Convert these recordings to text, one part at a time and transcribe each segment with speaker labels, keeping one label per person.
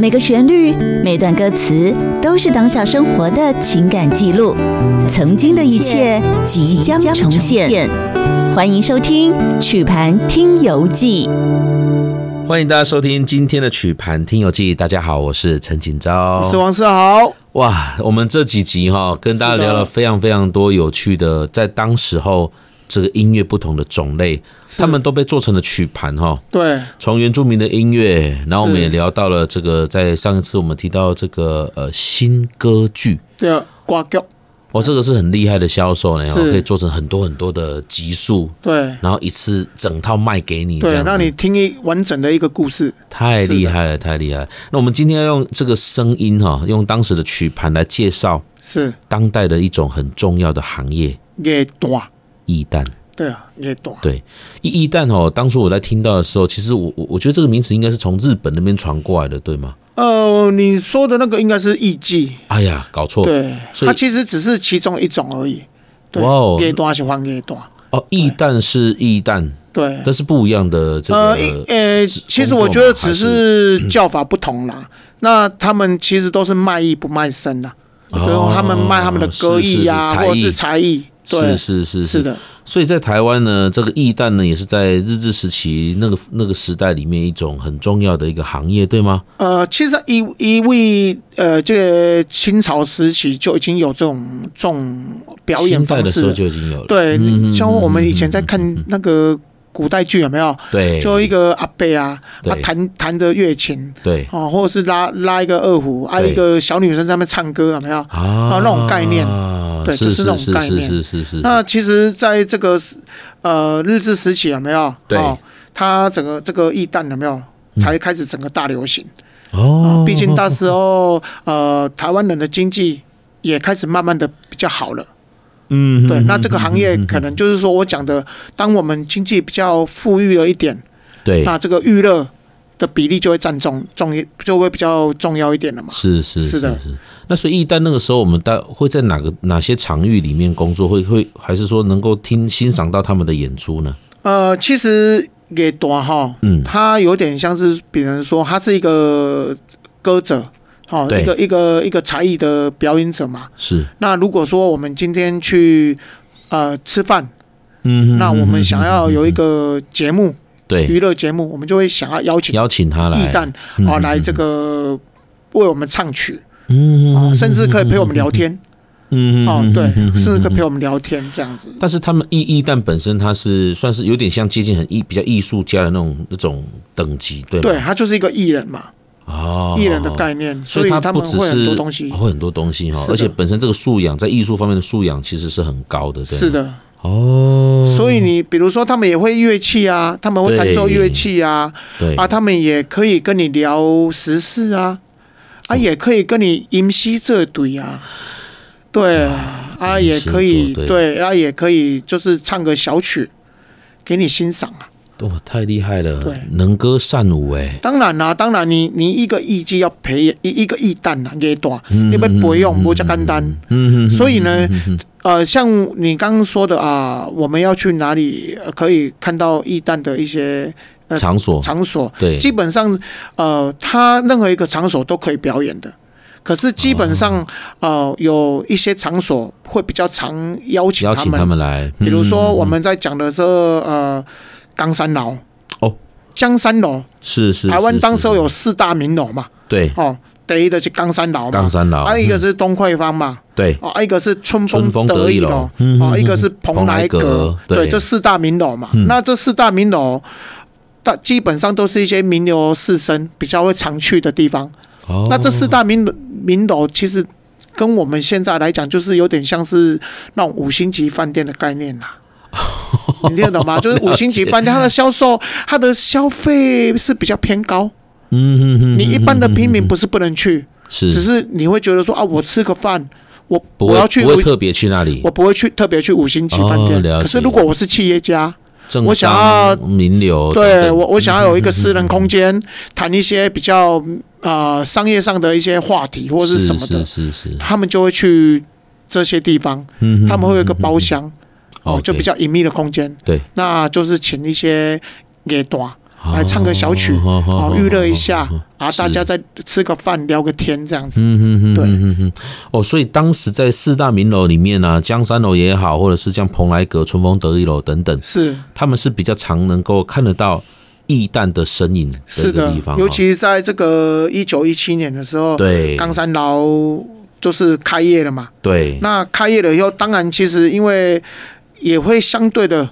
Speaker 1: 每个旋律、每段歌词都是当下生活的情感记录，曾经的一切即将重现。欢迎收听《曲盘听游记》。
Speaker 2: 欢迎大家收听今天的曲盘听友记。大家好，我是陈锦昭
Speaker 3: 我。是王世豪，
Speaker 2: 哇，我们这几集哈、跟大家
Speaker 3: 是的
Speaker 2: 聊了非常非常多有趣的，在当时候这个音乐不同的种类，
Speaker 3: 是
Speaker 2: 他们都被做成了曲盘哈、
Speaker 3: 对
Speaker 2: 从原住民的音乐，然后我们
Speaker 3: 是
Speaker 2: 也聊到了这个，在上一次我们提到这个呃新歌剧，
Speaker 3: 对，挂掉，
Speaker 2: 哇，这个是很厉害的销售呢，哦
Speaker 3: 是
Speaker 2: 可以做成很多很多的集数，
Speaker 3: 对
Speaker 2: 然后一次整套卖给你，这
Speaker 3: 对，
Speaker 2: 样子
Speaker 3: 让你听一完整的一个故事，
Speaker 2: 太
Speaker 3: 是的
Speaker 2: 厉害了，太厉害了！那我们今天要用这个声音哈、用当时的曲盘来介绍
Speaker 3: 是
Speaker 2: 当代的一种很重要的行业
Speaker 3: 也短，
Speaker 2: ——艺旦。
Speaker 3: 对啊，也短，
Speaker 2: 对，艺艺旦哦，当初我在听到的时候，其实我我我觉得这个名词应该是从日本那边传过来的，对吗？
Speaker 3: 呃，你说的那个应该是艺伎，
Speaker 2: 哎呀，搞错，
Speaker 3: 对，
Speaker 2: 所以
Speaker 3: 它其实只是其中一种而已，对
Speaker 2: 哇哦，
Speaker 3: 也短喜欢也短，
Speaker 2: 哦，艺旦是艺旦，
Speaker 3: 对，
Speaker 2: 但是不一样的这个
Speaker 3: 呃，一呃，其实
Speaker 2: 工
Speaker 3: 我
Speaker 2: 作
Speaker 3: 觉得
Speaker 2: 吗还
Speaker 3: 只是叫法不同啦，那他们其实都是卖艺不卖身啦，比如
Speaker 2: 哦
Speaker 3: 他们卖他们的歌艺呀，
Speaker 2: 是是是才艺
Speaker 3: 或者是才艺，
Speaker 2: 是，
Speaker 3: 对
Speaker 2: 是是
Speaker 3: 是。的，
Speaker 2: 所以在台湾呢，这个艺旦呢，也是在日治时期那个那个时代里面一种很重要的一个行业，对吗？
Speaker 3: 呃，其实一一位呃，这个清朝时期就已经有这种这种表演
Speaker 2: 清代
Speaker 3: 方
Speaker 2: 的时
Speaker 3: 式
Speaker 2: 候
Speaker 3: 了。
Speaker 2: 就已经有了。
Speaker 3: 对，
Speaker 2: 嗯
Speaker 3: 你像我们以前在看那个古代剧，有没有？
Speaker 2: 对，
Speaker 3: 就一个阿伯啊，
Speaker 2: 对
Speaker 3: 啊弹弹着乐琴，
Speaker 2: 对
Speaker 3: 哦，或者是拉拉一个二胡，啊
Speaker 2: 对
Speaker 3: 一个小女生在那边唱歌，有没有？
Speaker 2: 啊
Speaker 3: 那种概念对
Speaker 2: 是
Speaker 3: 就是
Speaker 2: 是
Speaker 3: 那种
Speaker 2: 是
Speaker 3: 概
Speaker 2: 是
Speaker 3: 念
Speaker 2: 是是是，
Speaker 3: 那其实，在这个呃日治时期，有没有？
Speaker 2: 对嗯
Speaker 3: 哦，它整个这个艺旦有没有？才开始整个大流行。
Speaker 2: 哦
Speaker 3: 啊，，毕竟那时候呃，台湾人的经济也开始慢慢的比较好了。
Speaker 2: 嗯，
Speaker 3: 对，
Speaker 2: 嗯
Speaker 3: 那这个行业
Speaker 2: 嗯嗯嗯
Speaker 3: 可能就是说我讲的，当我们经济比较富裕了一点，
Speaker 2: 对，
Speaker 3: 那这个娱乐的比例就会占重重一，就会比较重要一点了嘛。
Speaker 2: 是是
Speaker 3: 是的
Speaker 2: 是。那所以一旦那个时候，我们大会在哪个哪些场域里面工作？会会还是说能够听欣赏到他们的演出呢？
Speaker 3: 呃，其实也多哈，
Speaker 2: 嗯
Speaker 3: 它有点像是，比如说，他是一个歌者，哦，
Speaker 2: 对
Speaker 3: 一个一个一个才艺的表演者嘛。
Speaker 2: 是，
Speaker 3: 那如果说我们今天去呃吃饭，
Speaker 2: 嗯
Speaker 3: 那我们想要有一个节目，
Speaker 2: 对
Speaker 3: 娱乐节目，我们就会想要邀请
Speaker 2: 邀请他来
Speaker 3: 艺旦
Speaker 2: 嗯
Speaker 3: 啊
Speaker 2: 嗯
Speaker 3: 来
Speaker 2: 嗯
Speaker 3: 这个为我们唱曲
Speaker 2: 嗯
Speaker 3: 啊，
Speaker 2: 嗯
Speaker 3: 甚至可以陪我们聊天
Speaker 2: 嗯
Speaker 3: 哦，对，甚至可以陪
Speaker 2: 以。
Speaker 3: 我们聊天这样子。
Speaker 2: 但是他们艺艺旦本身，他是算是有点像接近很艺比较艺术家的那种那种等级，对吗？
Speaker 3: 对，他就是一个艺人嘛，
Speaker 2: 哦，
Speaker 3: 艺人的概念，
Speaker 2: 所
Speaker 3: 以
Speaker 2: 以
Speaker 3: 他
Speaker 2: 不
Speaker 3: 们
Speaker 2: 只
Speaker 3: 会
Speaker 2: 是
Speaker 3: 很多东西
Speaker 2: 哦。会很多东西哈
Speaker 3: 是，的
Speaker 2: 而且本身这个素养在艺术方面的素养其实是很高的，对吗
Speaker 3: 是的，
Speaker 2: 哦，
Speaker 3: 所以你比如说，他们也会乐器啊，他们会弹奏
Speaker 2: 对
Speaker 3: 乐器啊，
Speaker 2: 对
Speaker 3: 啊，他们也可以跟你聊时事
Speaker 2: 哦
Speaker 3: 啊，啊，也可以跟你吟诗作对啊，对啊，
Speaker 2: 吟
Speaker 3: 也
Speaker 2: 诗
Speaker 3: 可以
Speaker 2: 作对
Speaker 3: 对啊，也可以就是唱个小曲给你欣赏啊。
Speaker 2: 哇，太厉害了
Speaker 3: 对，
Speaker 2: 能歌善舞哎，
Speaker 3: 当然啦、当然你你一个艺伎要培养一一个艺旦啊，也短，你要培养不简单。
Speaker 2: 嗯，
Speaker 3: 所以呢
Speaker 2: 嗯，嗯嗯
Speaker 3: 呃，像你刚刚说的啊，我们要去哪里呃可以看到艺旦的一些
Speaker 2: 嗯场所
Speaker 3: 场所？
Speaker 2: 对
Speaker 3: 基本上，呃，它任何一个场所都可以表演的。可是基本上，呃，有一些场所会比较常邀请
Speaker 2: 哦邀
Speaker 3: 他
Speaker 2: 请
Speaker 3: 们，
Speaker 2: 他们来，
Speaker 3: 比如
Speaker 2: 嗯
Speaker 3: 说我们在讲的这呃冈山楼
Speaker 2: 哦，
Speaker 3: 江山楼，
Speaker 2: 是是
Speaker 3: 台湾
Speaker 2: 是
Speaker 3: 当时候
Speaker 2: 是
Speaker 3: 有四大名楼嘛，
Speaker 2: 对
Speaker 3: 哦，第一个是冈山楼嘛
Speaker 2: 冈，山嗯老
Speaker 3: 还有一个是东快方嘛，
Speaker 2: 对
Speaker 3: 哦，啊一个是春
Speaker 2: 春风得
Speaker 3: 意
Speaker 2: 意
Speaker 3: 楼
Speaker 2: 楼，嗯
Speaker 3: 哦，
Speaker 2: 嗯
Speaker 3: 一个是
Speaker 2: 蓬
Speaker 3: 蓬
Speaker 2: 莱
Speaker 3: 莱
Speaker 2: 阁
Speaker 3: 阁，
Speaker 2: 对
Speaker 3: 对，这四大名楼嘛
Speaker 2: 嗯。
Speaker 3: 那这四大名楼，大基本上都是一些名流士绅比较会常去的地方。
Speaker 2: 哦
Speaker 3: 那这四大名名楼其实跟我们现在来讲，就是有点像是那种五星级饭店的概念 啦。你听得懂吗？就是五星级饭店，它的销售、它的消费是比较偏高。
Speaker 2: 嗯嗯嗯，
Speaker 3: 你一般的
Speaker 2: 嗯嗯嗯
Speaker 3: 平民不是不能去，
Speaker 2: 是
Speaker 3: 只是你会觉得说啊，我吃个饭，我
Speaker 2: 不
Speaker 3: 我
Speaker 2: 会
Speaker 3: 要去
Speaker 2: 不
Speaker 3: 五
Speaker 2: 会特别去那里
Speaker 3: 我，不会去特别去五星级饭
Speaker 2: 哦
Speaker 3: 店。
Speaker 2: 了解
Speaker 3: 可是如果我是企业家，
Speaker 2: 政
Speaker 3: 我想要
Speaker 2: 商名流等等，嗯
Speaker 3: 对我我想要有一个私人空间，谈一些比较啊、呃商业上的一些话题或是
Speaker 2: 是
Speaker 3: 什么的，
Speaker 2: 嗯是是是，
Speaker 3: 他们就会去这些地方，
Speaker 2: 嗯
Speaker 3: 他们会有一个包
Speaker 2: 厢。嗯嗯
Speaker 3: 厢，
Speaker 2: 哦
Speaker 3: 哦，就比较隐秘的空间。
Speaker 2: 对，
Speaker 3: 那就是请一些乐团。
Speaker 2: 啊
Speaker 3: 来唱个小曲，
Speaker 2: 哦哦
Speaker 3: 好
Speaker 2: 哦
Speaker 3: 娱乐一下
Speaker 2: 哦哦，
Speaker 3: 啊，
Speaker 2: 是
Speaker 3: 大家再吃个饭聊个天这样子。
Speaker 2: 嗯嗯嗯，
Speaker 3: 对
Speaker 2: 嗯嗯哦，所以当时在四大名楼里面呢、啊，江山楼也好，或者是像蓬莱阁、春风得意楼等等，
Speaker 3: 是
Speaker 2: 他们是比较常能够看得到艺旦的身影的
Speaker 3: 是
Speaker 2: 一个
Speaker 3: 的
Speaker 2: 地方、哦，，
Speaker 3: 尤其是在这个一九一七年的时候，
Speaker 2: 对
Speaker 3: 冈山劳就是开业了嘛。
Speaker 2: 对
Speaker 3: 那开业了以后，当然其实因为也会相对的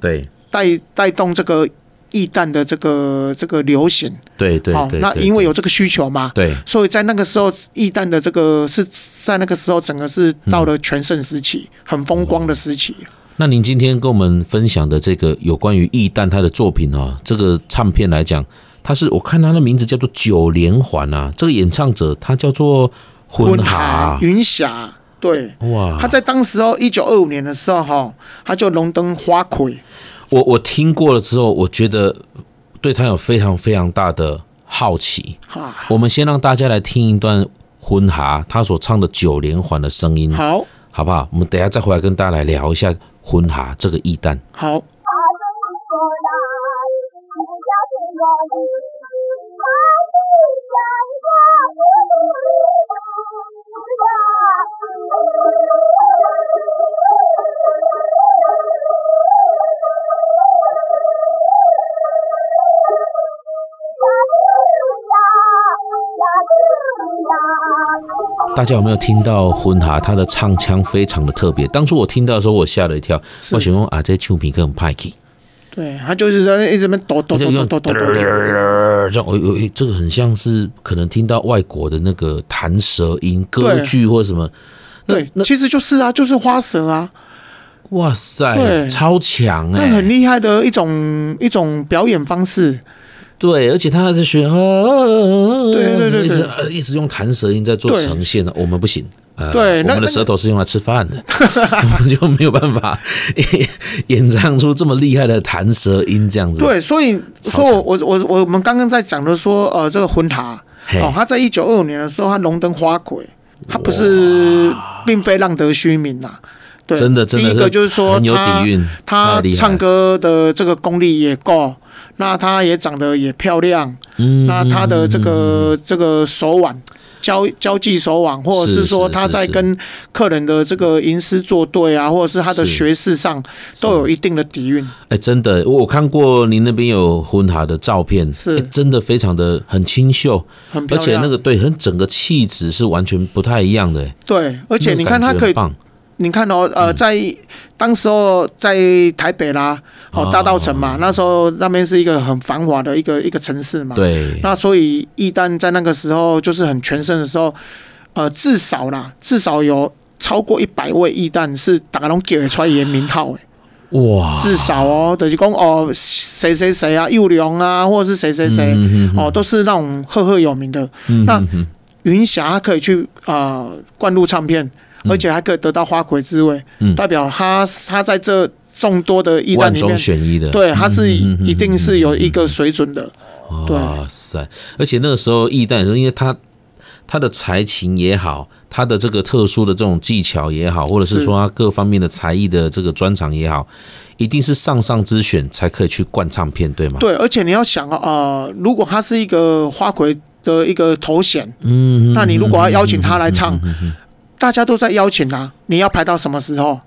Speaker 2: 对
Speaker 3: 带带动这个艺旦的这个这个流行。
Speaker 2: 对对
Speaker 3: 哦
Speaker 2: 对，，
Speaker 3: 那
Speaker 2: 对
Speaker 3: 因为有这个需求嘛，
Speaker 2: 对
Speaker 3: 所以在那个时候，艺旦的这个是在那个时候整个是到了全盛时期，
Speaker 2: 嗯
Speaker 3: 很风光的时期。
Speaker 2: 那您今天跟我们分享的这个有关于易旦他的作品哦，这个唱片来讲，他是我看他的名字叫做九连环啊，这个演唱者他叫做混
Speaker 3: 海
Speaker 2: 哈，
Speaker 3: 云霞，对，
Speaker 2: 哦哇，
Speaker 3: 他在当时候一九二五年的时候，哈，他就荣登花魁，
Speaker 2: 我我听过了之后，我觉得对他有非常非常大的好奇。
Speaker 3: 哈，
Speaker 2: 我们先让大家来听一段混哈他所唱的九连环的声音，
Speaker 3: 好
Speaker 2: 好不好？我们等一下再回来跟大家来聊一下混哈这个易旦。
Speaker 3: 好，
Speaker 2: 大家有没有听到混哈他的唱腔非常的特别？当初我听到的时候，我吓了一跳，我想说啊，这唱片更派气，
Speaker 3: 对他就是在一直在抖抖
Speaker 2: 就
Speaker 3: 抖
Speaker 2: 用
Speaker 3: 抖抖抖抖抖，
Speaker 2: 这样，我我这个很像是可能听到外国的那个弹舌音歌剧或什么。
Speaker 3: 对，其实就是啊，就是花蛇啊，
Speaker 2: 哇塞，
Speaker 3: 对
Speaker 2: 超强
Speaker 3: 那
Speaker 2: 哎、
Speaker 3: 很厉害的一种一种表演方式，
Speaker 2: 对，而且他还是学，啊
Speaker 3: 对对对
Speaker 2: 一直
Speaker 3: 对
Speaker 2: 呃一直用弹舌音在做
Speaker 3: 对
Speaker 2: 呈现的，我们不行。呃
Speaker 3: 对
Speaker 2: 我
Speaker 3: 那
Speaker 2: 们的舌头是用来吃饭的， 我们就没有办法 演唱出这么厉害的弹舌音，这样子。
Speaker 3: 对，所以
Speaker 2: 超
Speaker 3: 说
Speaker 2: 强
Speaker 3: 我我我我们刚刚在讲的说，呃，这个婚塔
Speaker 2: 嘿
Speaker 3: 哦，他在一九二五年的时候，他荣登花魁，他不是并非浪得虚名呐、对，
Speaker 2: 真的真的
Speaker 3: 第一
Speaker 2: 是
Speaker 3: 个就是说
Speaker 2: 很有
Speaker 3: 他
Speaker 2: 底蕴太
Speaker 3: 他
Speaker 2: 厉害
Speaker 3: 唱歌的这个功力也够，那他也长得也漂亮，
Speaker 2: 嗯，
Speaker 3: 那他的这个这个手腕。交交际手腕，或者
Speaker 2: 是
Speaker 3: 是说
Speaker 2: 是
Speaker 3: 他
Speaker 2: 是
Speaker 3: 在
Speaker 2: 是
Speaker 3: 跟客人的这个吟诗作对啊，或者是他的
Speaker 2: 是
Speaker 3: 学识上都有一定的底蕴。
Speaker 2: 哎、真的，我我看过您那边有婚塔的照片，
Speaker 3: 是
Speaker 2: 哎真的非常的很清秀，
Speaker 3: 很漂
Speaker 2: 而
Speaker 3: 亮
Speaker 2: 且
Speaker 3: 啊
Speaker 2: 那个对，很整个气质是完全不太一样的、哎
Speaker 3: 对，而且
Speaker 2: 那个
Speaker 3: 你看
Speaker 2: 感
Speaker 3: 他
Speaker 2: 觉
Speaker 3: 可
Speaker 2: 很
Speaker 3: 以
Speaker 2: 棒嗯
Speaker 3: 你看哦，呃，在当时候在台北啦，
Speaker 2: 哦
Speaker 3: 哦，大道城嘛，那时候那边是一个很繁华的一个一个城市嘛。。
Speaker 2: 对，
Speaker 3: 那所以一旦在那个时候就是很全盛的时候，呃，至少啦，至少有超过一百位艺旦是打龙给出来的名号诶，
Speaker 2: 哇，
Speaker 3: 至少哦，就是讲哦，谁谁谁啊，幼龙啊，或者是谁谁谁
Speaker 2: 嗯
Speaker 3: 哦，都是那种赫赫有名的。
Speaker 2: 嗯
Speaker 3: 那
Speaker 2: 嗯嗯
Speaker 3: 云霞她可以去啊、呃、灌录唱片，而且还可以得到花魁之位，
Speaker 2: 嗯
Speaker 3: 代表她她在这众多的艺旦
Speaker 2: 万
Speaker 3: 里
Speaker 2: 中
Speaker 3: 面，
Speaker 2: 选一的，
Speaker 3: 对，她是
Speaker 2: 嗯嗯嗯嗯
Speaker 3: 一定是有一个水准的，对
Speaker 2: 哇塞！而且那个时候易旦的时候，因为他他的才情也好，他的这个特殊的这种技巧也好，或者是
Speaker 3: 是
Speaker 2: 说他各方面的才艺的这个专长也好，一定是上上之选才可以去灌唱片，对吗？，
Speaker 3: 对，而且你要想啊、呃，如果她是一个花魁的一个头衔，
Speaker 2: 嗯
Speaker 3: 那你如果要邀请她来唱，大家都在邀请她，你要排到什么时候？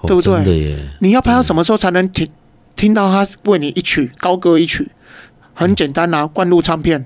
Speaker 2: 哦
Speaker 3: 对不对
Speaker 2: 真的耶，
Speaker 3: 你要排到什么时候才能听听到她为你一曲高歌一曲？很简单啊，灌录唱片。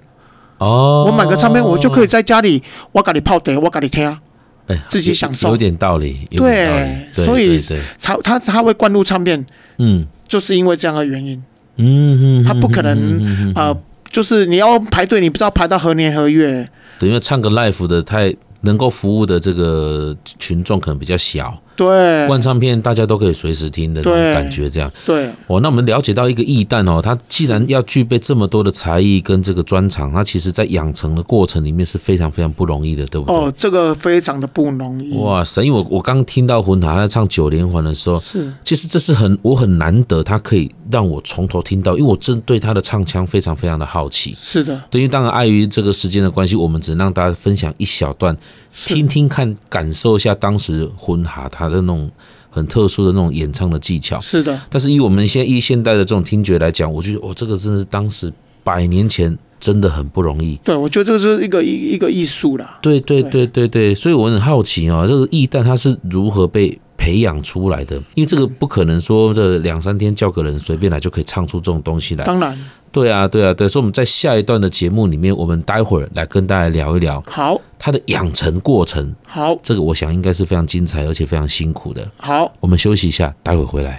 Speaker 2: 哦，
Speaker 3: 我买个唱片，我就可以在家里，我给你泡茶，我给你听，啊
Speaker 2: 哎
Speaker 3: 自己享受
Speaker 2: 有有点道理，有点道理
Speaker 3: 对所以
Speaker 2: 对对，
Speaker 3: 他他他会灌入唱片，
Speaker 2: 嗯
Speaker 3: 就是因为这样的原因，
Speaker 2: 嗯嗯，
Speaker 3: 他不可能
Speaker 2: 嗯嗯嗯嗯嗯
Speaker 3: 啊，就是你要排队，你不知道排到何年何月，
Speaker 2: 对，因为唱个 l i f e 的太能够服务的这个群众可能比较小，
Speaker 3: 对
Speaker 2: 灌唱片大家都可以随时听的那种
Speaker 3: 对
Speaker 2: 感觉，这样。
Speaker 3: 对
Speaker 2: 哦，那我们了解到一个艺旦哦，他既然要具备这么多的才艺跟这个专长，他其实在养成的过程里面是非常非常不容易的，对不对？
Speaker 3: 哦，嗯这个非常的不容易，
Speaker 2: 哇塞！因为我我刚听到混塔在唱九连环的时候，
Speaker 3: 是
Speaker 2: 其实这是很我很难得，他可以让我从头听到，因为我真对他的唱腔非常非常的好奇。
Speaker 3: 是的，
Speaker 2: 对，因为当然碍于这个时间的关系，我们只能让大家分享一小段，听听看，感受一下当时混哈他的那种很特殊的那种演唱的技巧。
Speaker 3: 是的，
Speaker 2: 但是以我们现在以现代的这种听觉来讲，我觉得哦，这个真的是当时百年前真的很不容易。
Speaker 3: 对，我觉得这是一个一一个艺术啦。
Speaker 2: 对对对对对，所以我很好奇啊、这个艺旦它是如何被培养出来的？因为这个不可能说这两三天叫个人随便来就可以唱出这种东西来。
Speaker 3: 当然，
Speaker 2: 对啊，对啊，对，所以我们在下一段的节目里面，我们待会儿来跟大家聊一聊
Speaker 3: 好，
Speaker 2: 它的养成过程。
Speaker 3: 好，
Speaker 2: 这个我想应该是非常精彩，而且非常辛苦的。
Speaker 3: 好。
Speaker 2: 我们休息一下，待会儿回来。